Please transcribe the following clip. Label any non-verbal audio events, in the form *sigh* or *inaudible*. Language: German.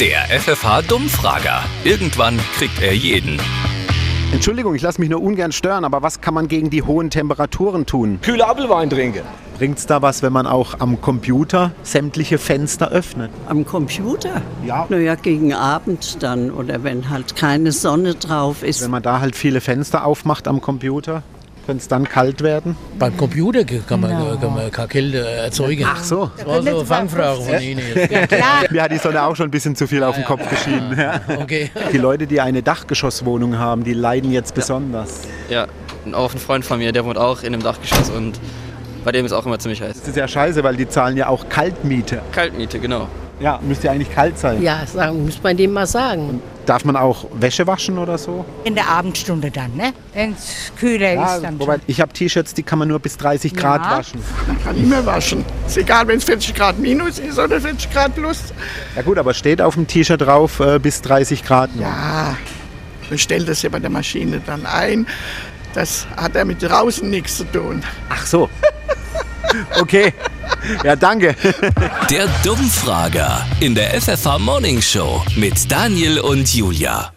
Der FFH-Dummfrager. Irgendwann kriegt er jeden. Entschuldigung, ich lasse mich nur ungern stören, aber was kann man gegen die hohen Temperaturen tun? Kühle Apfelwein trinken. Bringt's da was, wenn man auch am Computer sämtliche Fenster öffnet? Am Computer? Ja. Naja, gegen Abend dann oder wenn halt keine Sonne drauf ist. Wenn man da halt viele Fenster aufmacht am Computer, könnte es dann kalt werden? Beim Computer kann man, kann man keine Kälte erzeugen. Ach so. Das war so eine Fangfrage von Ihnen jetzt. Mir hat die Sonne auch schon ein bisschen zu viel auf den Kopf geschienen. Ja. Okay. Die Leute, die eine Dachgeschosswohnung haben, die leiden jetzt besonders. Ja, auch ein Freund von mir, der wohnt auch in einem Dachgeschoss und bei dem ist auch immer ziemlich heiß. Das ist ja scheiße, weil die zahlen ja auch Kaltmiete. Kaltmiete, genau. Ja, müsste ja eigentlich kalt sein. Ja, sagen, muss man dem mal sagen. Darf man auch Wäsche waschen oder so? In der Abendstunde dann, ne? Wenn es kühler ist, dann wobei ich habe T-Shirts, die kann man nur bis 30 Grad waschen. kann immer waschen. Ist egal, wenn es 40 Grad minus ist oder 40 Grad plus. Ja gut, aber steht auf dem T-Shirt drauf äh, bis 30 Grad. nur. Ja, Ah, man stellt das ja bei der Maschine dann ein. Das hat ja mit draußen nichts zu tun. Ach so. *laughs* Okay. Ja, danke. Der Dummfrager in der FFH Morning Show mit Daniel und Julia.